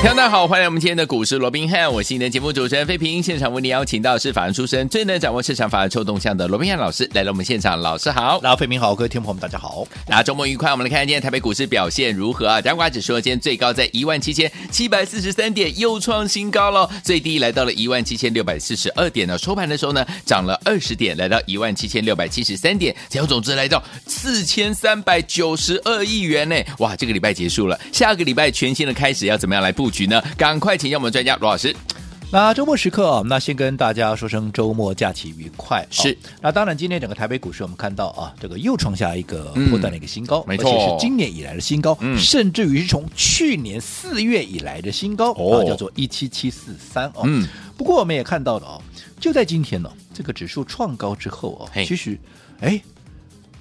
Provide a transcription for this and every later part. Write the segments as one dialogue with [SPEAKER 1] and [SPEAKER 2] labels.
[SPEAKER 1] 听众大家好，欢迎来我们今天的股市罗宾汉，我是你的节目主持人费平。现场为你邀请到的是法案出身、最能掌握市场法案臭动向的罗宾汉老师来到我们现场，老师好。
[SPEAKER 2] 大家费明好，各位听众朋友们，大家好。
[SPEAKER 1] 那周末愉快，我们来看看今天台北股市表现如何啊？加挂指数今天最高在17,743点，又创新高喽，最低来到了17,642点呢。收盘的时候呢，涨了20点，来到17,673点，成交总值来到4,392亿元呢。哇，这个礼拜结束了，下个礼拜全新的开始要怎么样来布局呢？赶快请教我们专家罗老师。
[SPEAKER 2] 那周末时刻啊，那先跟大家说声周末假期愉快。
[SPEAKER 1] 是
[SPEAKER 2] 哦那当然今天整个台北股市我们看到啊，这个又创下一个
[SPEAKER 1] 嗯
[SPEAKER 2] 波段的一个新高，
[SPEAKER 1] 没错
[SPEAKER 2] 而且是今年以来的新高，
[SPEAKER 1] 嗯
[SPEAKER 2] 甚至于是从去年四月以来的新高，
[SPEAKER 1] 哦
[SPEAKER 2] 啊，叫做一七七四三哦。
[SPEAKER 1] 嗯，
[SPEAKER 2] 不过我们也看到了哦，就在今天呢、这个指数创高之后哦
[SPEAKER 1] 嘿，
[SPEAKER 2] 其实哎。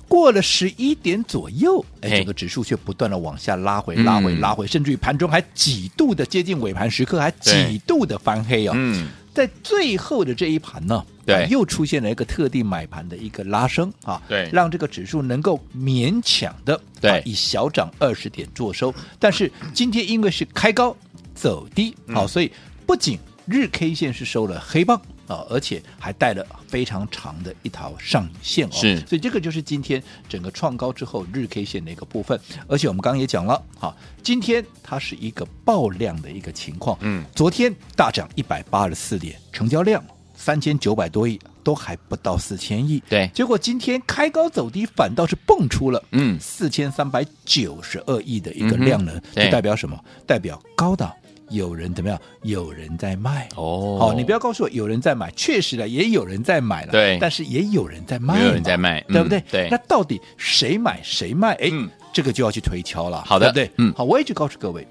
[SPEAKER 2] 过了十一点左右，哎，
[SPEAKER 1] 嘿
[SPEAKER 2] 整个指数却不断的往下拉回，
[SPEAKER 1] 嗯
[SPEAKER 2] 拉回，拉回，甚至于盘中还几度的接近尾盘时刻，还
[SPEAKER 1] 对
[SPEAKER 2] 几度的翻黑哦。
[SPEAKER 1] 嗯，
[SPEAKER 2] 在最后的这一盘呢，
[SPEAKER 1] 对
[SPEAKER 2] 啊又出现了一个特定买盘的一个拉升啊，
[SPEAKER 1] 对
[SPEAKER 2] 让这个指数能够勉强的
[SPEAKER 1] 对
[SPEAKER 2] 啊以小涨二十点做收。但是今天因为是开高走低，
[SPEAKER 1] 嗯
[SPEAKER 2] 好、所以不仅日 K 线是收了黑棒。啊，而且还带了非常长的一条上影线哦，
[SPEAKER 1] 是
[SPEAKER 2] 所以这个就是今天整个创高之后日 K 线的一个部分。而且我们刚刚也讲了，好、今天它是一个爆量的一个情况，
[SPEAKER 1] 嗯
[SPEAKER 2] 昨天大涨一百八十四点，成交量三千九百多亿，都还不到四千亿。
[SPEAKER 1] 对
[SPEAKER 2] 结果今天开高走低，反倒是蹦出了
[SPEAKER 1] 嗯
[SPEAKER 2] 四千三百九十二亿的一
[SPEAKER 1] 嗯
[SPEAKER 2] 个
[SPEAKER 1] 哼
[SPEAKER 2] 量能，
[SPEAKER 1] 对
[SPEAKER 2] 这代表什么？代表高档有人怎么样？有人在卖。
[SPEAKER 1] 哦
[SPEAKER 2] 好、你不要告诉我有人在买，确实的也有人在买了，
[SPEAKER 1] 对
[SPEAKER 2] 但是也有人在卖嘛，
[SPEAKER 1] 没有人在卖，嗯
[SPEAKER 2] 对不对？
[SPEAKER 1] 对
[SPEAKER 2] 那，到底谁买谁卖？哎、
[SPEAKER 1] 嗯
[SPEAKER 2] 这个就要去推敲了，
[SPEAKER 1] 好的
[SPEAKER 2] 对不对？
[SPEAKER 1] 嗯
[SPEAKER 2] 好，我也去告诉各位，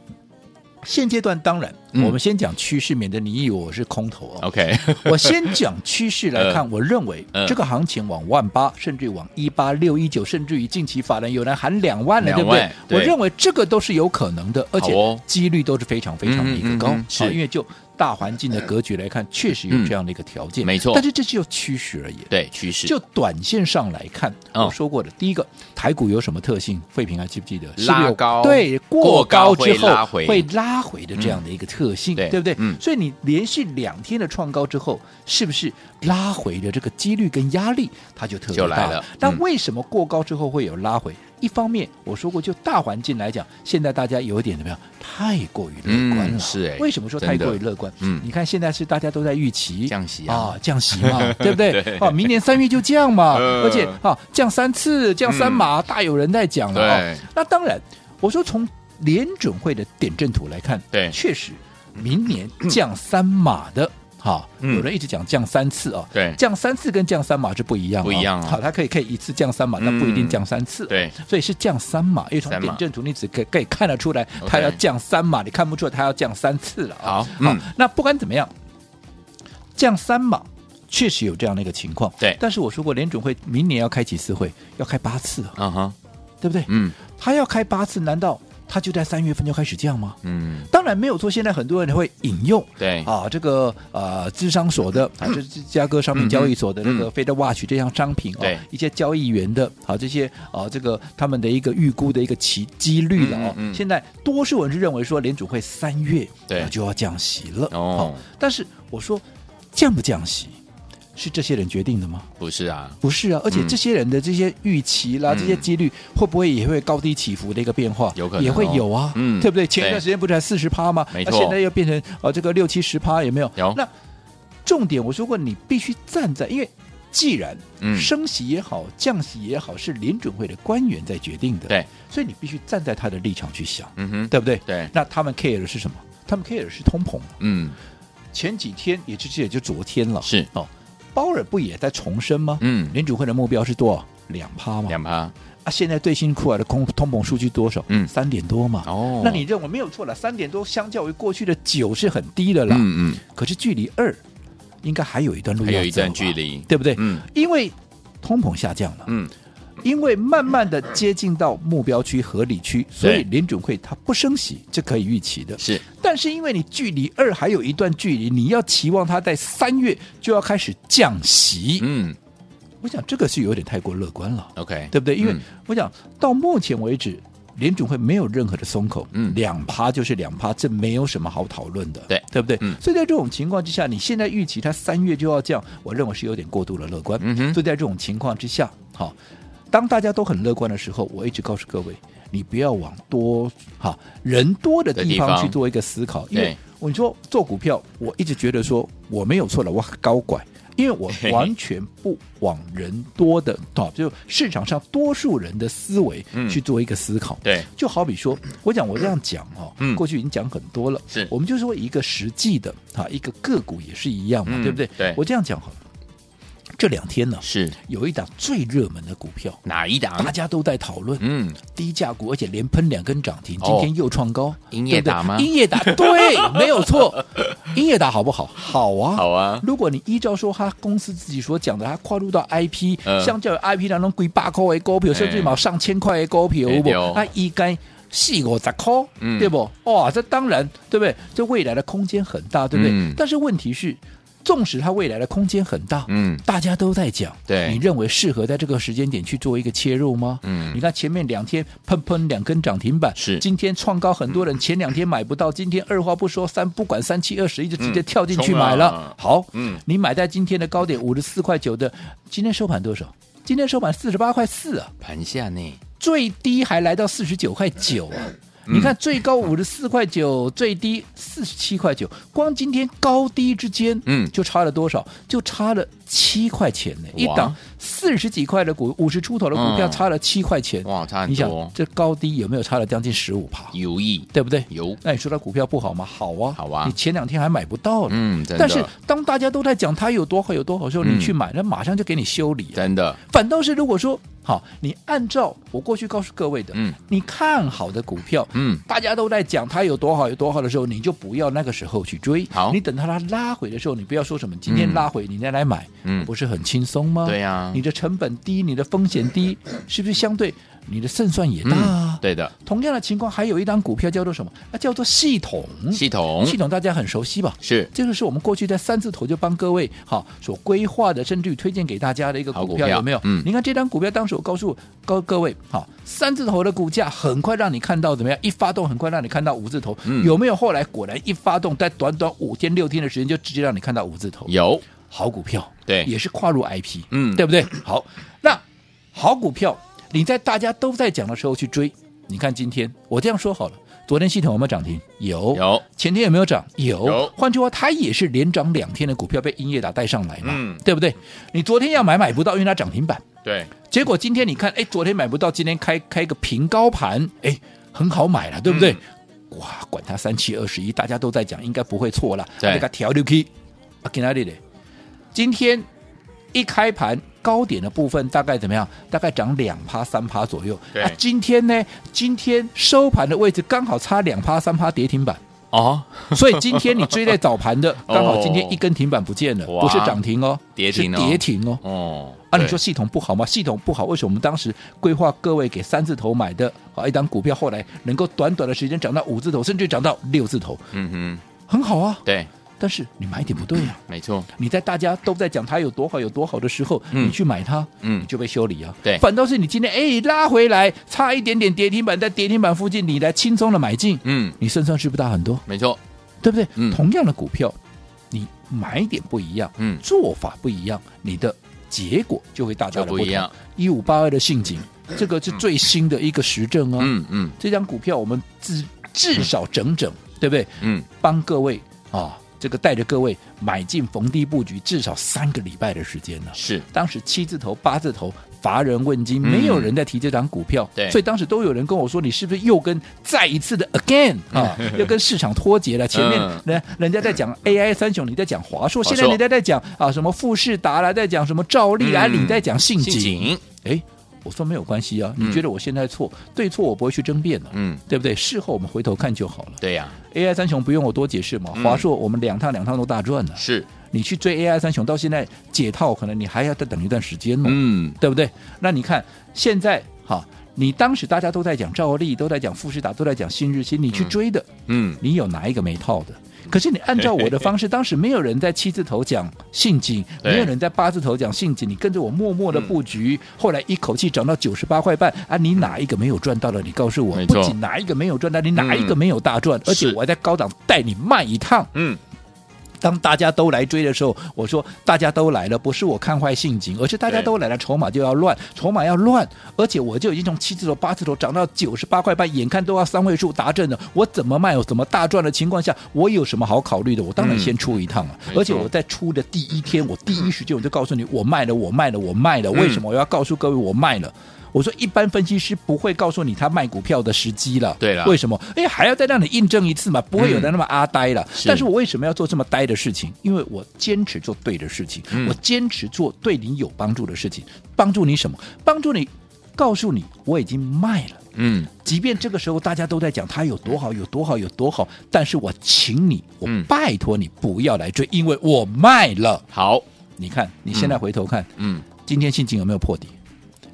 [SPEAKER 2] 现阶段当然，
[SPEAKER 1] 嗯
[SPEAKER 2] 我们先讲趋势，免得你以为我是空头哦。
[SPEAKER 1] OK，
[SPEAKER 2] 我先讲趋势来看，我认为
[SPEAKER 1] 嗯
[SPEAKER 2] 这个行情往万八，甚至往一八六一九，甚至于近期法人有人喊两万了，
[SPEAKER 1] 两
[SPEAKER 2] 对不
[SPEAKER 1] 万对
[SPEAKER 2] 对？我认为这个都是有可能的，而且
[SPEAKER 1] 好哦
[SPEAKER 2] 几率都是非常非常的一个高，
[SPEAKER 1] 嗯嗯嗯是
[SPEAKER 2] 啊因为就大环境的格局来看，确实有这样的一个条件，
[SPEAKER 1] 嗯没错
[SPEAKER 2] 但是这只有趋势而已，
[SPEAKER 1] 对趋势
[SPEAKER 2] 就短线上来看，
[SPEAKER 1] 嗯
[SPEAKER 2] 我说过的，第一个，台股有什么特性？费平还记不记得？是不是
[SPEAKER 1] 拉
[SPEAKER 2] 有
[SPEAKER 1] 高
[SPEAKER 2] 对，
[SPEAKER 1] 过
[SPEAKER 2] 过
[SPEAKER 1] 高
[SPEAKER 2] 高
[SPEAKER 1] 会
[SPEAKER 2] 之后
[SPEAKER 1] 拉回
[SPEAKER 2] 会拉回的这样的一个特性，
[SPEAKER 1] 对
[SPEAKER 2] 不对？
[SPEAKER 1] 嗯
[SPEAKER 2] 所以你连续两天的创高之后，是不是拉回的这个几率跟压力它就特别
[SPEAKER 1] 就
[SPEAKER 2] 大
[SPEAKER 1] 来了嗯
[SPEAKER 2] 那为什么过高之后会有拉回？一方面，我说过，就大环境来讲，现在大家有点怎么样？太过于乐观了。
[SPEAKER 1] 嗯是哎
[SPEAKER 2] 为什么说太
[SPEAKER 1] 真的
[SPEAKER 2] 过于乐观？
[SPEAKER 1] 嗯
[SPEAKER 2] 你看现在是大家都在预期
[SPEAKER 1] 降息啊
[SPEAKER 2] 降息 嘛，对不
[SPEAKER 1] 对
[SPEAKER 2] 对？啊，明年三月就降嘛，
[SPEAKER 1] 呃
[SPEAKER 2] 而且啊，降三次，降三码，大有人在讲了啊
[SPEAKER 1] 嗯对。
[SPEAKER 2] 那当然，我说从联准会的点阵图来看，
[SPEAKER 1] 对
[SPEAKER 2] 确实明年降三码的。哈，
[SPEAKER 1] 嗯
[SPEAKER 2] 有人一直讲降三次啊，
[SPEAKER 1] 对
[SPEAKER 2] 降三次跟降三码是不一样啊，
[SPEAKER 1] 不一样啊嗯
[SPEAKER 2] 好，它可以可以一次降三码，但不一定降三次，
[SPEAKER 1] 对，
[SPEAKER 2] 所以是降三码，因为从
[SPEAKER 1] 三码
[SPEAKER 2] 点阵图你只可以可以看得出来，它
[SPEAKER 1] OK
[SPEAKER 2] 要降三码，你看不出来它要降三次了啊。
[SPEAKER 1] 好
[SPEAKER 2] 好
[SPEAKER 1] 嗯，
[SPEAKER 2] 那不管怎么样，降三码确实有这样的一个情况。
[SPEAKER 1] 对
[SPEAKER 2] 但是我说过，联准会明年要开几次会？要开八次啊，
[SPEAKER 1] 嗯哼，
[SPEAKER 2] 对不对？
[SPEAKER 1] 嗯
[SPEAKER 2] 他要开八次，难道他就在三月份就开始降吗？
[SPEAKER 1] 嗯，
[SPEAKER 2] 当然没有错，现在很多人会引用
[SPEAKER 1] 对，
[SPEAKER 2] 啊，这个呃，智商所的啊，这芝加哥商品交易所的
[SPEAKER 1] 嗯
[SPEAKER 2] 那个 Fed Watch 这项商品啊
[SPEAKER 1] 对，
[SPEAKER 2] 一些交易员的啊，这些啊，这个他们的一个预估的一个其几率了哦
[SPEAKER 1] 嗯嗯嗯。
[SPEAKER 2] 现在多数人是认为说联储会三月
[SPEAKER 1] 对
[SPEAKER 2] 啊就要降息了
[SPEAKER 1] 哦
[SPEAKER 2] 哦，但是我说降不降息是这些人决定的吗？
[SPEAKER 1] 不是啊，
[SPEAKER 2] 不是啊，而且
[SPEAKER 1] 嗯
[SPEAKER 2] 这些人的这些预期啦，
[SPEAKER 1] 嗯
[SPEAKER 2] 这些几率会不会也会高低起伏的一个变化？
[SPEAKER 1] 有可能哦
[SPEAKER 2] 也会有啊，
[SPEAKER 1] 嗯
[SPEAKER 2] 对不对？前
[SPEAKER 1] 对
[SPEAKER 2] 一段时间不是才四十趴吗？
[SPEAKER 1] 没
[SPEAKER 2] 那
[SPEAKER 1] 错
[SPEAKER 2] 现在又变成呃这个六七十趴，有没有？
[SPEAKER 1] 有
[SPEAKER 2] 那重点我说过，你必须站在，因为既然
[SPEAKER 1] 嗯
[SPEAKER 2] 升息也好，降息也好，是联准会的官员在决定的，
[SPEAKER 1] 对，
[SPEAKER 2] 所以你必须站在他的立场去想，
[SPEAKER 1] 嗯哼，
[SPEAKER 2] 对不对？
[SPEAKER 1] 对，
[SPEAKER 2] 那他们 care 的是什么？他们 care 的是通膨。
[SPEAKER 1] 嗯
[SPEAKER 2] 前几天，也就是也就昨天了，
[SPEAKER 1] 是
[SPEAKER 2] 哦，鲍尔不也在重申吗？
[SPEAKER 1] 嗯，
[SPEAKER 2] 联储会的目标是多少？两趴嘛。
[SPEAKER 1] 两趴，
[SPEAKER 2] 啊，现在最新出来的空通膨数据多少？
[SPEAKER 1] 嗯
[SPEAKER 2] 三点多嘛。
[SPEAKER 1] 哦
[SPEAKER 2] 那你认为没有错了？三点多相较于过去的九是很低的了。
[SPEAKER 1] 嗯嗯，
[SPEAKER 2] 可是距离二应该还有一段路
[SPEAKER 1] 还
[SPEAKER 2] 要走吧，啊
[SPEAKER 1] 有一段距离，
[SPEAKER 2] 对不对？
[SPEAKER 1] 嗯
[SPEAKER 2] 因为通膨下降了，
[SPEAKER 1] 嗯，
[SPEAKER 2] 因为慢慢的接近到目标区合理区，所以联准会它不升息，这可以预期的。
[SPEAKER 1] 是，
[SPEAKER 2] 但是因为你距离二还有一段距离，你要期望它在三月就要开始降息，
[SPEAKER 1] 嗯
[SPEAKER 2] 我想这个是有点太过乐观了。
[SPEAKER 1] ，OK，
[SPEAKER 2] 对不对？因为
[SPEAKER 1] 嗯
[SPEAKER 2] 我想到目前为止，联准会没有任何的松口，
[SPEAKER 1] 嗯
[SPEAKER 2] 两趴就是两趴，这没有什么好讨论的，
[SPEAKER 1] 对
[SPEAKER 2] 对不对？
[SPEAKER 1] 嗯
[SPEAKER 2] 所以在这种情况之下，你现在预期它三月就要降，我认为是有点过度的乐观。
[SPEAKER 1] 嗯哼
[SPEAKER 2] 所以在这种情况之下，好，当大家都很乐观的时候，我一直告诉各位，你不要往多哈人多的地
[SPEAKER 1] 的地
[SPEAKER 2] 方
[SPEAKER 1] 方
[SPEAKER 2] 去做一个思考，因
[SPEAKER 1] 对
[SPEAKER 2] 为我说做股票，我一直觉得说我没有错了，我很高拐。因为 我
[SPEAKER 1] 嘿嘿
[SPEAKER 2] 完完全不往人多的哦，就市场上多数人的思维
[SPEAKER 1] 嗯
[SPEAKER 2] 去做一个思考。
[SPEAKER 1] 对，
[SPEAKER 2] 就好比说，我讲我这样讲哦，
[SPEAKER 1] 嗯
[SPEAKER 2] 过去已经讲很多了，
[SPEAKER 1] 是
[SPEAKER 2] 我们就是说一个实际的啊，一个个股也是一样嘛，
[SPEAKER 1] 嗯
[SPEAKER 2] 对不对？
[SPEAKER 1] 对
[SPEAKER 2] 我这样讲好了，这两天呢
[SPEAKER 1] 是
[SPEAKER 2] 有一档最热门的股票，
[SPEAKER 1] 哪一档？
[SPEAKER 2] 大家都在讨论，
[SPEAKER 1] 嗯，
[SPEAKER 2] 低价股，而且连喷两根涨停，
[SPEAKER 1] 哦
[SPEAKER 2] 今天又创高，
[SPEAKER 1] 英业达吗
[SPEAKER 2] 对不对英业达 对，没有错，英业达好不好？好啊，
[SPEAKER 1] 好啊
[SPEAKER 2] 如果你依照说他公司自己所讲的，他跨入到 IP，、
[SPEAKER 1] 嗯
[SPEAKER 2] 相较于 IP 当中贵八块的股票，甚至
[SPEAKER 1] 嗯
[SPEAKER 2] 毛上千块的股票，
[SPEAKER 1] 哎
[SPEAKER 2] 有
[SPEAKER 1] 对
[SPEAKER 2] 无
[SPEAKER 1] 哦
[SPEAKER 2] 他应该。四五十块，
[SPEAKER 1] 嗯
[SPEAKER 2] 对不？哇，这当然，对不对？这未来的空间很大，对不对？
[SPEAKER 1] 嗯
[SPEAKER 2] 但是问题是，纵使它未来的空间很大，
[SPEAKER 1] 嗯
[SPEAKER 2] 大家都在讲，
[SPEAKER 1] 对
[SPEAKER 2] 你认为适合在这个时间点去做一个切入吗？
[SPEAKER 1] 嗯
[SPEAKER 2] 你看前面两天喷喷两根涨停板，
[SPEAKER 1] 是嗯
[SPEAKER 2] 今天创高，很多人前两天买不到，今天二话不说三不管三七二十一就直接
[SPEAKER 1] 嗯
[SPEAKER 2] 跳进去
[SPEAKER 1] 冲啊
[SPEAKER 2] 买了。好，
[SPEAKER 1] 嗯
[SPEAKER 2] 你买在今天的高点五十四块九的，今天收盘多少？今天收盘四十八块四啊，
[SPEAKER 1] 盘下呢？
[SPEAKER 2] 最低还来到四十九块九啊。
[SPEAKER 1] 嗯
[SPEAKER 2] 你看最高五十四块九，最低四十七块九，光今天高低之间，
[SPEAKER 1] 嗯
[SPEAKER 2] 就差了多少？就差了七块钱呢、一
[SPEAKER 1] 哇
[SPEAKER 2] 档四十几块的股，五十出头的股票
[SPEAKER 1] 嗯
[SPEAKER 2] 差了七块钱，
[SPEAKER 1] 哇，差很
[SPEAKER 2] 你想
[SPEAKER 1] 多，哦
[SPEAKER 2] 这高低有没有差了将近十五趴？
[SPEAKER 1] 有意
[SPEAKER 2] 对不对？
[SPEAKER 1] 有，
[SPEAKER 2] 那你说它股票不好吗？好啊，
[SPEAKER 1] 好啊
[SPEAKER 2] 你前两天还买不到呢，
[SPEAKER 1] 嗯，真的，
[SPEAKER 2] 但是当大家都在讲它有多好有多好的时候，
[SPEAKER 1] 嗯
[SPEAKER 2] 你去买，那马上就给你修理、啊。
[SPEAKER 1] 真的，
[SPEAKER 2] 反倒是如果说好，你按照我过去告诉各位的，
[SPEAKER 1] 嗯，
[SPEAKER 2] 你看好的股票，
[SPEAKER 1] 嗯
[SPEAKER 2] 大家都在讲它有多好有多好的时候，你就不要那个时候去追。
[SPEAKER 1] 好
[SPEAKER 2] 你等它拉回的时候，你不要说什么今天
[SPEAKER 1] 嗯
[SPEAKER 2] 拉回你再来买，
[SPEAKER 1] 嗯
[SPEAKER 2] 不是很轻松吗？
[SPEAKER 1] 对啊
[SPEAKER 2] 你的成本低，你的风险低，是不是相对你的胜算也大
[SPEAKER 1] 嗯
[SPEAKER 2] 啊？，
[SPEAKER 1] 对的，
[SPEAKER 2] 同样的情况，还有一档股票叫做什么？那叫做系统。
[SPEAKER 1] 系统
[SPEAKER 2] 嗯系统大家很熟悉吧？
[SPEAKER 1] 是
[SPEAKER 2] 这个是我们过去在三字头就帮各位好所规划的，甚至于推荐给大家的一个
[SPEAKER 1] 好
[SPEAKER 2] 股
[SPEAKER 1] 股
[SPEAKER 2] 票，
[SPEAKER 1] 票
[SPEAKER 2] 有没有？
[SPEAKER 1] 嗯
[SPEAKER 2] 你看这张股票，当时我告诉告各位，好三字头的股价很快让你看到怎么样，一发动很快让你看到五字头，
[SPEAKER 1] 嗯
[SPEAKER 2] 有没有？后来果然一发动，在短短五天六天的时间就直接让你看到五字头，
[SPEAKER 1] 有，
[SPEAKER 2] 好股票，
[SPEAKER 1] 对
[SPEAKER 2] 也是跨入 IP，
[SPEAKER 1] 嗯
[SPEAKER 2] 对不对？好，那好股票你在大家都在讲的时候去追，你看今天我这样说好了，昨天系统有没有涨停？有，
[SPEAKER 1] 有，
[SPEAKER 2] 前天有没有涨？有，
[SPEAKER 1] 有
[SPEAKER 2] 换句话，它也是连涨两天的股票被英业达带上来嘛，
[SPEAKER 1] 嗯
[SPEAKER 2] 对不对？你昨天要买买不到，因为它涨停板，
[SPEAKER 1] 对，
[SPEAKER 2] 结果今天你看，哎，昨天买不到，今天开开个平高盘，哎，很好买了，对不对？
[SPEAKER 1] 嗯
[SPEAKER 2] 哇，管它三七二十一，大家都在讲，应该不会错了。
[SPEAKER 1] 对
[SPEAKER 2] 那个调六 K，啊，给哪里的？今天一开盘高点的部分大概怎么样？大概涨两趴三趴左右。
[SPEAKER 1] 对
[SPEAKER 2] 啊，今天呢？今天收盘的位置刚好差两趴三趴跌 停板。
[SPEAKER 1] 哦，
[SPEAKER 2] 所以今天你追在早 盘的，
[SPEAKER 1] 哦
[SPEAKER 2] 刚好今天一根停板不见了，
[SPEAKER 1] 哇
[SPEAKER 2] 不是涨停哦，
[SPEAKER 1] 跌停哦
[SPEAKER 2] 是跌停哦。
[SPEAKER 1] 哦，
[SPEAKER 2] 啊，
[SPEAKER 1] 对
[SPEAKER 2] 你说系统不好吗？系统不好，为什么我们当时规划各位给三字头买的啊一档股票，后来能够短短的时间涨到五字头，甚至涨到六字头，
[SPEAKER 1] 嗯哼，
[SPEAKER 2] 很好啊。
[SPEAKER 1] 对，
[SPEAKER 2] 但是你买点不对 啊，
[SPEAKER 1] 没错，
[SPEAKER 2] 你在大家都在讲它有多好有多好的时候，
[SPEAKER 1] 嗯
[SPEAKER 2] 你去买它，
[SPEAKER 1] 嗯
[SPEAKER 2] 你就被修理啊。
[SPEAKER 1] 对
[SPEAKER 2] 反倒是你今天哎拉回来，差一点点跌停板，在跌停板附近，你来轻松的买进，
[SPEAKER 1] 嗯，
[SPEAKER 2] 你胜算是不是大很多？
[SPEAKER 1] 没错，
[SPEAKER 2] 对不对？
[SPEAKER 1] 嗯
[SPEAKER 2] 同样的股票，你买点不一样，
[SPEAKER 1] 嗯
[SPEAKER 2] 做法不一样，你的结果就会大大的
[SPEAKER 1] 就不
[SPEAKER 2] 不
[SPEAKER 1] 一样。
[SPEAKER 2] 一五八二的陷阱，这个是最新的一个实证啊。
[SPEAKER 1] 嗯嗯
[SPEAKER 2] 这张股票我们至至少整整，对不对？
[SPEAKER 1] 嗯，
[SPEAKER 2] 帮各位啊，这个带着各位买进逢低布局，至少三个礼拜的时间呢、
[SPEAKER 1] 是
[SPEAKER 2] 当时七字头、八字头乏人问津，
[SPEAKER 1] 嗯
[SPEAKER 2] 没有人在提这张股票，
[SPEAKER 1] 对
[SPEAKER 2] 所以当时都有人跟我说，你是不是又跟再一次的 again 啊， 又跟市场脱节了？前面
[SPEAKER 1] 嗯
[SPEAKER 2] 人人家在讲 AI 三雄，你在讲华
[SPEAKER 1] 华
[SPEAKER 2] 硕，
[SPEAKER 1] 硕
[SPEAKER 2] 现在人家在讲啊什么富士达啦，在讲什么兆利啊，
[SPEAKER 1] 嗯
[SPEAKER 2] 你在讲信
[SPEAKER 1] 陷
[SPEAKER 2] 景，
[SPEAKER 1] 阱，
[SPEAKER 2] 哎。我说没有关系啊，
[SPEAKER 1] 嗯
[SPEAKER 2] 你觉得我现在错、对错，我不会去争辩的、
[SPEAKER 1] 嗯，
[SPEAKER 2] 对不对？事后我们回头看就好了。
[SPEAKER 1] 对呀，
[SPEAKER 2] AI 三雄不用我多解释嘛，
[SPEAKER 1] 嗯
[SPEAKER 2] 华硕我们两趟两趟都大赚了、
[SPEAKER 1] 是
[SPEAKER 2] 你去追 AI 三雄，到现在解套，可能你还要再等一段时间嘛，
[SPEAKER 1] 嗯，
[SPEAKER 2] 对不对？那你看现在哈，你当时大家都在讲兆利，都在讲富士达，都在讲新日新，你去追的，
[SPEAKER 1] 嗯，
[SPEAKER 2] 你有哪一个没套的？可是你按照我的方式，当时没有人在七字头讲信锦，
[SPEAKER 1] 对嗯
[SPEAKER 2] 没有人在八字头讲信锦，你跟着我默默的布局，后来一口气涨到九十八块半啊！你哪一个没有赚到的？你告诉我
[SPEAKER 1] 没，
[SPEAKER 2] 不
[SPEAKER 1] 错嗯
[SPEAKER 2] 仅哪一个没有赚到，你哪一个没有大赚？而且
[SPEAKER 1] 是
[SPEAKER 2] 我还在高档带你卖一趟。
[SPEAKER 1] 嗯，
[SPEAKER 2] 当大家都来追的时候，我说大家都来了，不是我看坏陷阱，而是大家
[SPEAKER 1] 对
[SPEAKER 2] 都来了，筹码就要乱，筹码要乱，而且我就已经从七字头、八字头涨到九十八块半，眼看都要三位数达阵了，我怎么卖？我怎么大赚的情况下，我有什么好考虑的？我当然
[SPEAKER 1] 嗯
[SPEAKER 2] 先出一趟了，
[SPEAKER 1] 没错
[SPEAKER 2] 而且我在出的第一天，我第一时间我就告诉你，我卖了，我卖了，我卖了，
[SPEAKER 1] 嗯
[SPEAKER 2] 为什么我要告诉各位我卖了？我说，一般分析师不会告诉你他卖股票的时机了，
[SPEAKER 1] 对啦
[SPEAKER 2] 为什么？哎，还要再让你印证一次嘛，不会有人那么阿呆了。
[SPEAKER 1] 是
[SPEAKER 2] 但是我为什么要做这么呆的事情？因为我坚持做对的事情，
[SPEAKER 1] 嗯
[SPEAKER 2] 我坚持做对你有帮助的事情，帮助你什么？帮助你，告诉你我已经卖了。
[SPEAKER 1] 嗯，
[SPEAKER 2] 即便这个时候大家都在讲它有多好，有多好，有多好，但是我请你，我
[SPEAKER 1] 嗯
[SPEAKER 2] 拜托你不要来追，因为我卖了。
[SPEAKER 1] 好，
[SPEAKER 2] 你看，你现在回头看，
[SPEAKER 1] 嗯，
[SPEAKER 2] 今天信锦有没有破底？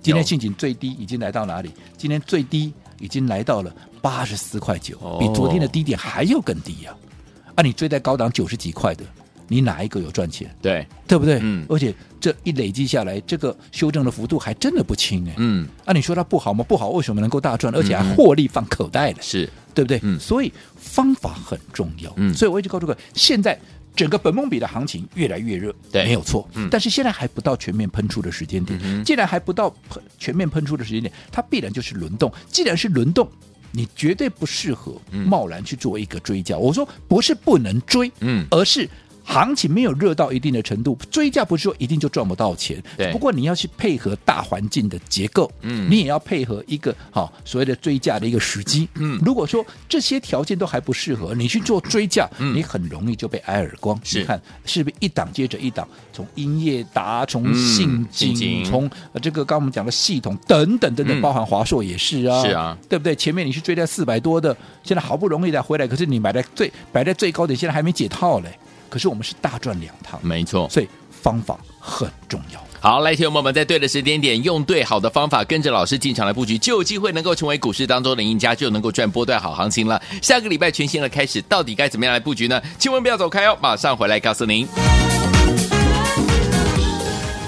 [SPEAKER 2] 今天信锦最低已经来到哪里？今天最低已经来到了八十四块九
[SPEAKER 1] 哦，
[SPEAKER 2] 比昨天的低点还要更低呀、啊！啊，你追在高档九十几块的，你哪一个有赚钱？
[SPEAKER 1] 对，
[SPEAKER 2] 对不对？
[SPEAKER 1] 嗯
[SPEAKER 2] 而且这一累积下来，这个修正的幅度还真的不轻哎、
[SPEAKER 1] 嗯，
[SPEAKER 2] 啊，你说它不好吗？不好，为什么能够大赚，而且
[SPEAKER 1] 嗯
[SPEAKER 2] 还
[SPEAKER 1] 嗯
[SPEAKER 2] 获利放口袋了？
[SPEAKER 1] 是，
[SPEAKER 2] 对不对？
[SPEAKER 1] 嗯
[SPEAKER 2] 所以方法很重要。
[SPEAKER 1] 嗯
[SPEAKER 2] 所以我一直告诉各位，现在整个本梦比的行情越来越热，
[SPEAKER 1] 对
[SPEAKER 2] 没有错。
[SPEAKER 1] 嗯
[SPEAKER 2] 但是现在还不到全面喷出的时间点，
[SPEAKER 1] 嗯哼
[SPEAKER 2] 既然还不到喷全面喷出的时间点，它必然就是轮动。既然是轮动，你绝对不适合
[SPEAKER 1] 嗯
[SPEAKER 2] 贸然去做一个追加。我说不是不能追，
[SPEAKER 1] 嗯，
[SPEAKER 2] 而是行情没有热到一定的程度，追价不是说一定就赚不到钱。
[SPEAKER 1] 对
[SPEAKER 2] 不过你要去配合大环境的结构，
[SPEAKER 1] 嗯
[SPEAKER 2] 你也要配合一个好、所谓的追价的一个时机。
[SPEAKER 1] 嗯
[SPEAKER 2] 如果说这些条件都还不适合，你去做追价，
[SPEAKER 1] 嗯
[SPEAKER 2] 你很容易就被挨耳光。
[SPEAKER 1] 是
[SPEAKER 2] 你看是不是一档接着一档，从英业达，从
[SPEAKER 1] 嗯
[SPEAKER 2] 信
[SPEAKER 1] 信
[SPEAKER 2] 锦，
[SPEAKER 1] 锦
[SPEAKER 2] 从呃这个刚刚我们讲的系统等等等等，
[SPEAKER 1] 嗯
[SPEAKER 2] 包含华硕也是啊，
[SPEAKER 1] 是啊，
[SPEAKER 2] 对不对？前面你是追在四百多的，现在好不容易才回来，可是你买在最摆在最高点，现在还没解套嘞。可是我们是大赚两趟，
[SPEAKER 1] 没错。
[SPEAKER 2] 所以方法很重要。
[SPEAKER 1] 好，来，听我们在对的时间点，用对好的方法，跟着老师进场来布局，就有机会能够成为股市当中的赢家，就能够赚波段好行情了。下个礼拜全新的开始，到底该怎么样来布局呢？千万不要走开哦，马上回来告诉您。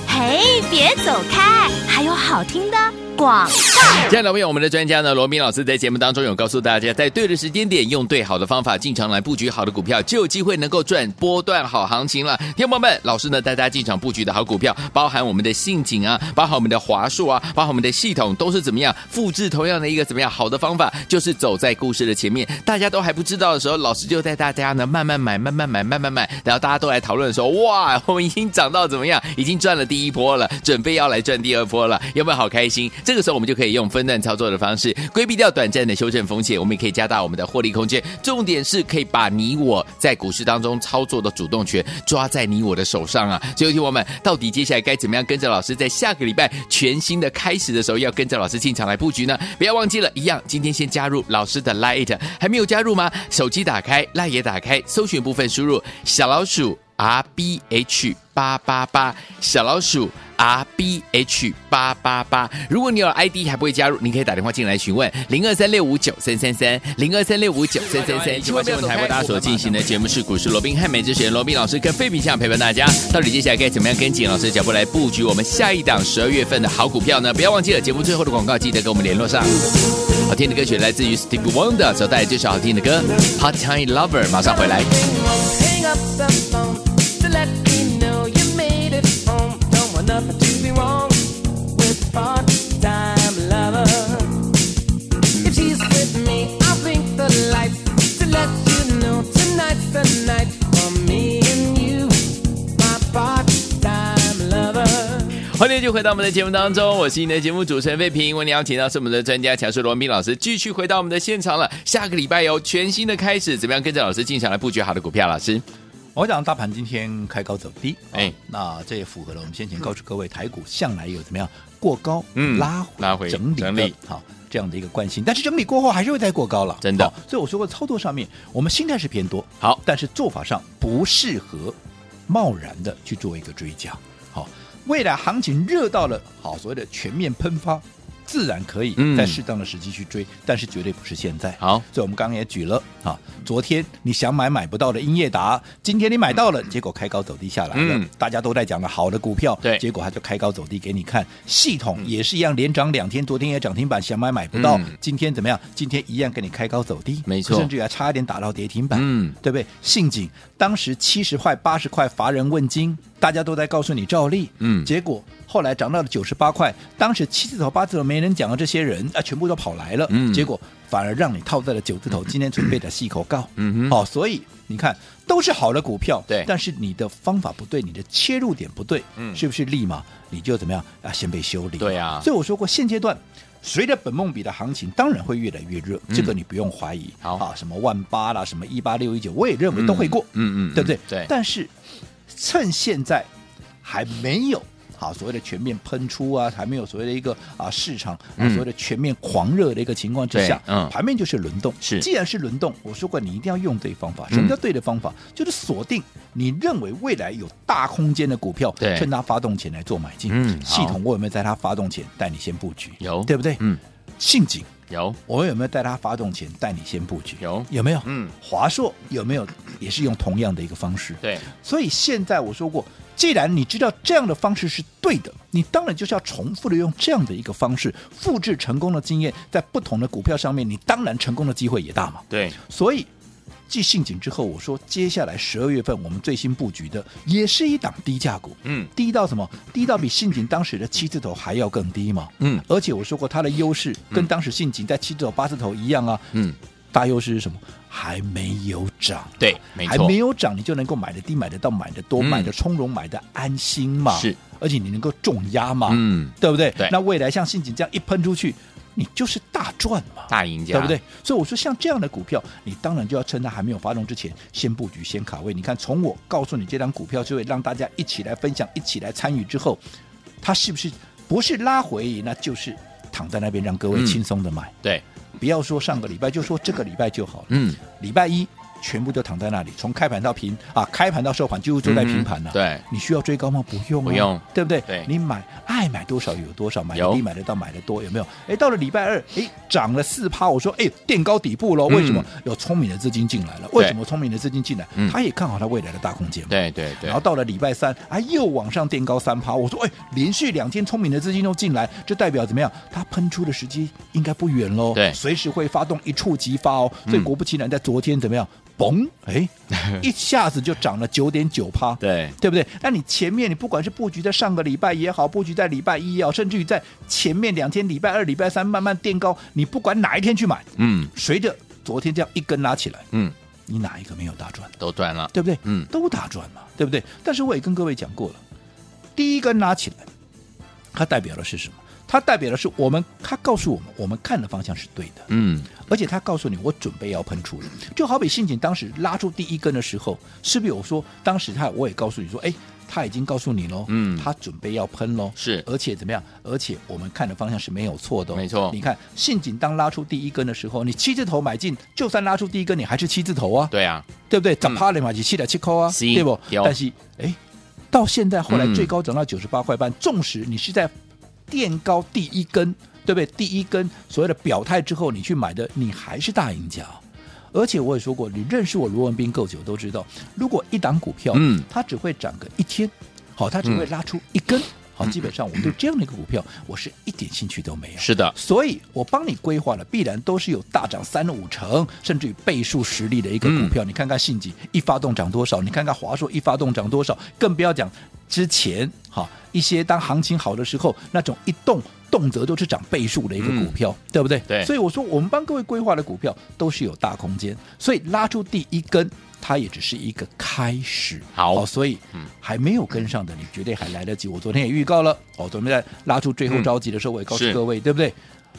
[SPEAKER 3] 嘿，别走开，还有好听的广。
[SPEAKER 1] 亲爱的朋友我们的专家呢，罗明老师在节目当中有告诉大家，在对的时间点，用对好的方法进场来布局好的股票，就有机会能够赚波段好行情了。听众朋友们，老师呢带大家进场布局的好股票，包含我们的信锦啊，包含我们的华硕啊，包含我们的系统，都是怎么样复制同样的一个怎么样好的方法，就是走在故事的前面，大家都还不知道的时候，老师就带大家呢慢慢买，慢慢买，慢慢买，然后大家都来讨论的时候，哇， 我们已经涨到怎么样，已经赚了第一波了，准备要来赚第二波了，有没有好开心？这个时候我们就可以用分段操作的方式，规避掉短暂的修正风险，我们也可以加大我们的获利空间。重点是可以把你我在股市当中操作的主动权抓在你我的手上啊！所以，听我们到底接下来该怎么样跟着老师，在下个礼拜全新的开始的时候，要跟着老师进场来布局呢？不要忘记了，一样今天先加入老师的 Light，还没有加入吗？手机打开，Light 也打开，搜寻部分输入小老鼠 R B H 八八八，小老鼠 R B H 八八八。如果你有 ID 还不会加入，你可以打电话进来询问零二三六五九三三三零二三六五九三三三。千万不要走开台为大家所进行的节目是股市罗宾汉美之选，罗宾老师跟费品相陪伴大家。到底接下来该怎么样跟紧老师的脚步来布局我们下一档十二月份的好股票呢？不要忘记了节目最后的广告，记得跟我们联络上。好听的歌曲来自于 Stevie Wonder 所带来这首好听的歌《Hot Time Lover》，马上回来。
[SPEAKER 4] Hang up the phone to let me know you made it home. Don't want nothing to be wrong with part-time lover. If she's with me, I'll blink the lights to let you know tonight's the night for me and you, my part-time lover.
[SPEAKER 1] 欢迎就回到我们的节目当中，我是你的节目主持人费平。为你邀请到是我们的专家强叔罗文斌老师，继续回到我们的现场了。下个礼拜有全新的开始，怎么样跟着老师进场来布局好的股票？老师，
[SPEAKER 2] 我讲大盘今天开高走低，
[SPEAKER 1] 哎
[SPEAKER 2] 啊那这也符合了我们先前告诉各位，台股向来有怎么样过高，
[SPEAKER 1] 嗯
[SPEAKER 2] 拉
[SPEAKER 1] 拉回
[SPEAKER 2] 整理的
[SPEAKER 1] 整理
[SPEAKER 2] 好这样的一个惯性，但是整理过后还是会再过高了，
[SPEAKER 1] 真的
[SPEAKER 2] 好所以我说过，操作上面我们心态是偏多，
[SPEAKER 1] 好
[SPEAKER 2] 但是做法上不适合贸然的去做一个追加。好，未来行情热到了，好所谓的全面喷发，自然可以
[SPEAKER 1] 嗯
[SPEAKER 2] 在适当的时机去追，但是绝对不是现在。
[SPEAKER 1] 好
[SPEAKER 2] 所以我们刚刚也举了啊，昨天你想买买不到的英业达，今天你买到了，结果开高走低下来了，
[SPEAKER 1] 嗯
[SPEAKER 2] 大家都在讲了好的股票，
[SPEAKER 1] 对嗯
[SPEAKER 2] 结果它就开高走低给你看。系统也是一样，连涨两天，昨天也涨停板，想买买不到，
[SPEAKER 1] 嗯
[SPEAKER 2] 今天怎么样？今天一样给你开高走低，
[SPEAKER 1] 没错
[SPEAKER 2] 甚至于还差一点打到跌停板，
[SPEAKER 1] 嗯
[SPEAKER 2] 对不对？信锦当时七十块、八十块乏人问津，大家都在告诉你照例，
[SPEAKER 1] 嗯
[SPEAKER 2] 结果后来涨到了九十八块，当时七字头、八字头没人讲的这些人啊，全部都跑来了，
[SPEAKER 1] 嗯
[SPEAKER 2] 结果反而让你套在了九字头，今天准备的细口告，
[SPEAKER 1] 嗯哼
[SPEAKER 2] 好、所以你看都是好的股票，
[SPEAKER 1] 对
[SPEAKER 2] 但是你的方法不对，你的切入点不对，
[SPEAKER 1] 嗯
[SPEAKER 2] 是不是立马你就怎么样啊，先被修理，
[SPEAKER 1] 对啊
[SPEAKER 2] 所以我说过现阶段。随着本梦比的行情，当然会越来越热，这个你不用怀疑。
[SPEAKER 1] 嗯好
[SPEAKER 2] 啊，什么万八啦，什么一八六一九，我也认为都会过。
[SPEAKER 1] 嗯嗯嗯
[SPEAKER 2] 对不对？
[SPEAKER 1] 对
[SPEAKER 2] 但是趁现在还没有。好，所谓的全面喷出啊，还没有所谓的一个啊市场啊，
[SPEAKER 1] 嗯
[SPEAKER 2] 所谓的全面狂热的一个情况之下，
[SPEAKER 1] 对嗯
[SPEAKER 2] 盘面就是轮动。
[SPEAKER 1] 是嗯
[SPEAKER 2] 既然是轮动，我说过你一定要用对方法。什么叫对的方法？就是锁定你认为未来有大空间的股票，
[SPEAKER 1] 对
[SPEAKER 2] 趁它发动前来做买进。
[SPEAKER 1] 嗯好
[SPEAKER 2] 系统我有没有在它发动前带你先布局？
[SPEAKER 1] 有
[SPEAKER 2] 对不对？
[SPEAKER 1] 嗯，
[SPEAKER 2] 信锦
[SPEAKER 1] 有
[SPEAKER 2] 我有没有在它发动前带你先布局？
[SPEAKER 1] 有
[SPEAKER 2] 有没有？
[SPEAKER 1] 嗯，
[SPEAKER 2] 华硕有没有也是用同样的一个方式？
[SPEAKER 1] 对，
[SPEAKER 2] 所以现在我说过，既然你知道这样的方式是对的，你当然就是要重复的用这样的一个方式，复制成功的经验，在不同的股票上面，你当然成功的机会也大嘛。
[SPEAKER 1] 对，
[SPEAKER 2] 所以继信锦之后，我说接下来十二月份我们最新布局的也是一档低价股，
[SPEAKER 1] 嗯
[SPEAKER 2] 低到什么？低到比信锦当时的七字头还要更低嘛。
[SPEAKER 1] 嗯
[SPEAKER 2] 而且我说过它的优势跟当时信锦在七字头、八字头一样啊，
[SPEAKER 1] 嗯，
[SPEAKER 2] 大优势是什么？还没有涨，
[SPEAKER 1] 对没错
[SPEAKER 2] 还没有涨，你就能够买的低、买得到、买的多、
[SPEAKER 1] 嗯
[SPEAKER 2] 买的从容、买的安心嘛。
[SPEAKER 1] 是，
[SPEAKER 2] 而且你能够重压嘛，
[SPEAKER 1] 嗯
[SPEAKER 2] 对不对？
[SPEAKER 1] 对
[SPEAKER 2] 那未来像信锦这样一喷出去，你就是大赚嘛，
[SPEAKER 1] 大赢家，
[SPEAKER 2] 对不对？？所以我说，像这样的股票，你当然就要趁它还没有发动之前，先布局、先卡位。你看，从我告诉你这张股票之后，让大家一起来分享、一起来参与之后，它是不是不是拉回，那就是躺在那边让各位
[SPEAKER 1] 嗯
[SPEAKER 2] 轻松的买。
[SPEAKER 1] 对，
[SPEAKER 2] 不要说上个礼拜，就说这个礼拜就好了。
[SPEAKER 1] 嗯，
[SPEAKER 2] 礼拜一全部都躺在那里，从开盘到平啊，开盘到收盘几乎都在平盘了、啊
[SPEAKER 1] 嗯对，
[SPEAKER 2] 你需要追高吗？不用、啊，
[SPEAKER 1] 不用，
[SPEAKER 2] 对不对？
[SPEAKER 1] 对
[SPEAKER 2] 你买爱买多少有多少，买的
[SPEAKER 1] 有
[SPEAKER 2] 低买得到买的多，有没有？哎，到了礼拜二，哎，涨了四趴，我说哎，垫高底部喽。
[SPEAKER 1] 嗯
[SPEAKER 2] 为什么、有聪明的资金进来了？为什么聪明的资金进来？
[SPEAKER 1] 嗯
[SPEAKER 2] 他也看好他未来的大空间嘛。
[SPEAKER 1] 对对对
[SPEAKER 2] 然后，到了礼拜三，啊，又往上垫高三趴。我说，哎，连续两天聪明的资金都进来，这代表怎么样？它喷出的时机应该不远喽，
[SPEAKER 1] 对
[SPEAKER 2] 随时会发动一触即发哦。所以
[SPEAKER 1] 嗯
[SPEAKER 2] 果不其然，在昨天怎么样？嘣，哎， 一下子就涨了九点九趴，
[SPEAKER 1] 对，
[SPEAKER 2] 对不对？那你前面你不管是布局在上个礼拜也好，布局在礼拜一也好，甚至于在前面两天礼拜二、礼拜三慢慢垫高，你不管哪一天去买，
[SPEAKER 1] 嗯
[SPEAKER 2] 随着昨天这样一根拉起来，
[SPEAKER 1] 嗯，
[SPEAKER 2] 你哪一个没有大赚？
[SPEAKER 1] 都赚了，
[SPEAKER 2] 对不对？
[SPEAKER 1] 嗯
[SPEAKER 2] 都打转嘛，对不对？但是我也跟各位讲过了，第一根拉起来，它代表的是什么？它代表的是我们，它告诉我们，我们看的方向是对的，
[SPEAKER 1] 嗯，
[SPEAKER 2] 而且它告诉你，我准备要喷出了。就好比信锦当时拉出第一根的时候，是不是我说当时他我也告诉你说，哎，他已经告诉你喽，
[SPEAKER 1] 嗯
[SPEAKER 2] 他准备要喷喽，
[SPEAKER 1] 是
[SPEAKER 2] 而且怎么样？而且我们看的方向是没有错的哦、
[SPEAKER 1] 没错
[SPEAKER 2] 你看信锦当拉出第一根的时候，你七字头买进，就算拉出第一根，你还是七字头啊，
[SPEAKER 1] 对啊，
[SPEAKER 2] 对不对？涨趴了嘛，就七点七扣啊，
[SPEAKER 1] 是
[SPEAKER 2] 对不？
[SPEAKER 1] 有
[SPEAKER 2] 但是哎，到现在后来
[SPEAKER 1] 嗯
[SPEAKER 2] 最高涨到九十八块半，纵使你是在垫高第一根，对不对？第一根所谓的表态之后，你去买的，你还是大赢家哦。而且我也说过，你认识我罗文斌够久，都知道，如果一档股票，
[SPEAKER 1] 嗯
[SPEAKER 2] 它只会涨个一天，好，它只会拉出一根，好，
[SPEAKER 1] 嗯
[SPEAKER 2] 基本上我对这样的一个股票，我是一点兴趣都没有。
[SPEAKER 1] 是的，
[SPEAKER 2] 所以我帮你规划了，必然都是有大涨三五成，甚至于倍数实力的一个股
[SPEAKER 1] 嗯
[SPEAKER 2] 票。你看看信锦一发动涨多少，你看看华硕一发动涨多少，更不要讲之前哈一些当行情好的时候，那种一动动辄都是涨倍数的一个股票，对不对？
[SPEAKER 1] 嗯对
[SPEAKER 2] 所以我说我们帮各位规划的股票都是有大空间，所以拉出第一根。它也只是一个开始，哦
[SPEAKER 1] 好嗯
[SPEAKER 2] 所以还没有跟上的，你绝对还来得及。我昨天也预告了，哦，昨天在拉出最后
[SPEAKER 1] 嗯
[SPEAKER 2] 着急的时候，我也告诉
[SPEAKER 1] 是
[SPEAKER 2] 各位，对不对？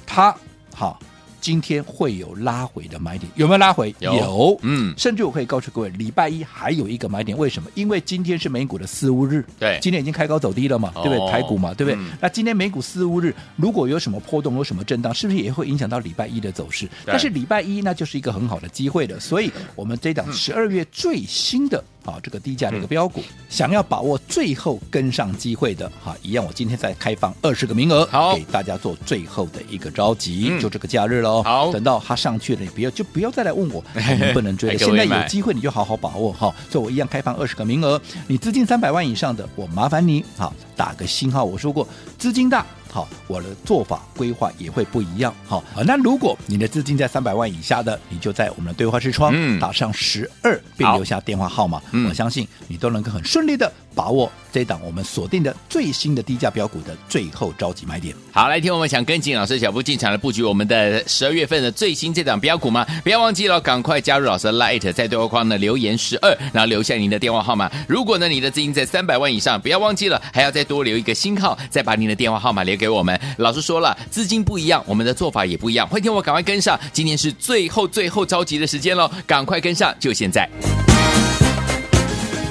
[SPEAKER 2] 它好，今天会有拉回的买点，有没有拉回？
[SPEAKER 1] 有嗯
[SPEAKER 2] 甚至我可以告诉各位，礼拜一还有一个买点，为什么？因为今天是美股的四五日，
[SPEAKER 1] 对
[SPEAKER 2] 今天已经开高走低了嘛，
[SPEAKER 1] 哦
[SPEAKER 2] 对不对？台股嘛，对不对？
[SPEAKER 1] 嗯
[SPEAKER 2] 那今天美股四五日如果有什么波动，有什么震荡，是不是也会影响到礼拜一的走势？
[SPEAKER 1] 嗯
[SPEAKER 2] 但是礼拜一那就是一个很好的机会了，所以我们这档十二月最新的、好、这个低价的一个标
[SPEAKER 1] 嗯
[SPEAKER 2] 股，想要把握最后跟上机会的哈、一样我今天再开放二十个名额，
[SPEAKER 1] 好
[SPEAKER 2] 给大家做最后的一个着急，
[SPEAKER 1] 嗯
[SPEAKER 2] 就这个假日喽。
[SPEAKER 1] 好
[SPEAKER 2] 等到它上去了，你不要就不要再 来问我还能不能追
[SPEAKER 1] 还
[SPEAKER 2] 了，
[SPEAKER 1] 哎各
[SPEAKER 2] 现
[SPEAKER 1] 位
[SPEAKER 2] 在有
[SPEAKER 1] 买
[SPEAKER 2] 机会你就好好把握哈、所以我一样开放二十个名额，你资金三百万以上的，我麻烦你好打个星号，我说过资金大。好，我的做法规划也会不一样。好，啊那如果你的资金在三百万以下的，你就在我们的对话视窗、
[SPEAKER 1] 嗯
[SPEAKER 2] 打上十二，并
[SPEAKER 1] 好
[SPEAKER 2] 留下电话号码。
[SPEAKER 1] 嗯
[SPEAKER 2] 我相信你都能够很顺利的把握这一档我们锁定的最新的低价标股的最后召集买点。
[SPEAKER 1] 好，来听我们想跟紧老师脚步进场来布局我们的十二月份的最新这档标股吗？不要忘记了，赶快加入老师的 Light，在对话框呢留言十二，然后留下您的电话号码。如果呢你的资金在三百万以上，不要忘记了还要再多留一个星号，再把您的电话号码留给我们。老师说了，资金不一样，我们的做法也不一样。欢迎听我赶快跟上，今天是最后最后着急的时间喽，赶快跟上，就现在。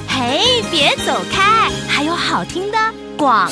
[SPEAKER 3] 嘿，别走开，还有好听的广。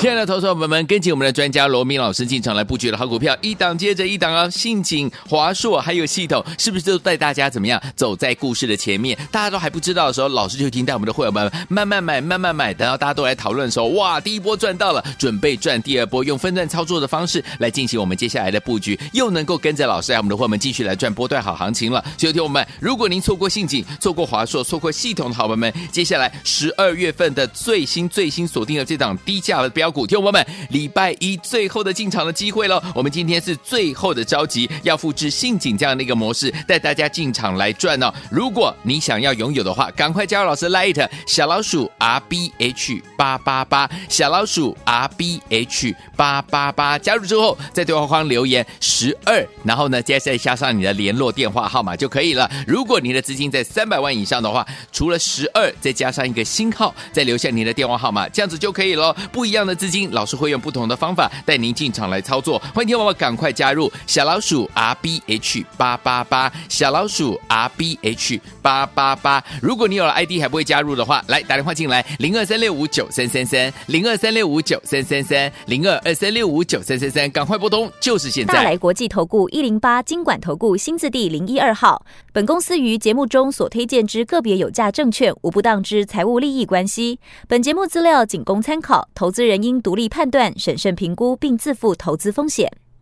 [SPEAKER 1] 亲爱的投资者朋友们，跟紧我们的专家罗明老师进场来布局的好股票，一档接着一档啊，信锦、华硕还有系统，是不是都带大家怎么样走在故事的前面？大家都还不知道的时候，老师就已经带我们的会员们慢慢买、慢慢买，等到大家都来讨论的时候，哇，第一波赚到了，准备赚第二波，用分段操作的方式来进行我们接下来的布局，又能够跟着老师还有我们的会员们继续来赚波段好行情了。所以，听我们，如果您错过信锦、错过华硕、错过系统的好朋友们，接下来十二月份的最新最新锁定的这档低价的标股，听我们礼拜一最后的进场的机会了。我们今天是最后的召集，要复制信锦这样的一个模式，带大家进场来赚哦。如果你想要拥有的话，赶快加入老师 Light 小老鼠 R B H 八八八小老鼠 R B H 八八八，加入之后在对话框留言十二，然后呢，接着再加上你的联络电话号码就可以了。如果你的资金在三百万以上的话，除了十二，再加上一个星号，再留下你的电话号码，这样子就可以喽。不一样的资金，老师会用不同的方法带您进场来操作。欢迎听众朋友赶快加入小老鼠 R B H 八八八，小老鼠 R B H 八八八。如果你有了 ID 还不会加入的话，来打电话进来零二三六五九三三三零二三六五九三三三零二二三六五九三三三，赶快拨通，就是现
[SPEAKER 5] 大
[SPEAKER 1] 在。
[SPEAKER 5] 来国际投顾一零八金管投顾新字第零一二号。本公司于节目中所推荐之个别有价证券，无不当之财务利益关系。本节目资料仅供参考，投资人应独立判断、审慎评估，并自负投资风险。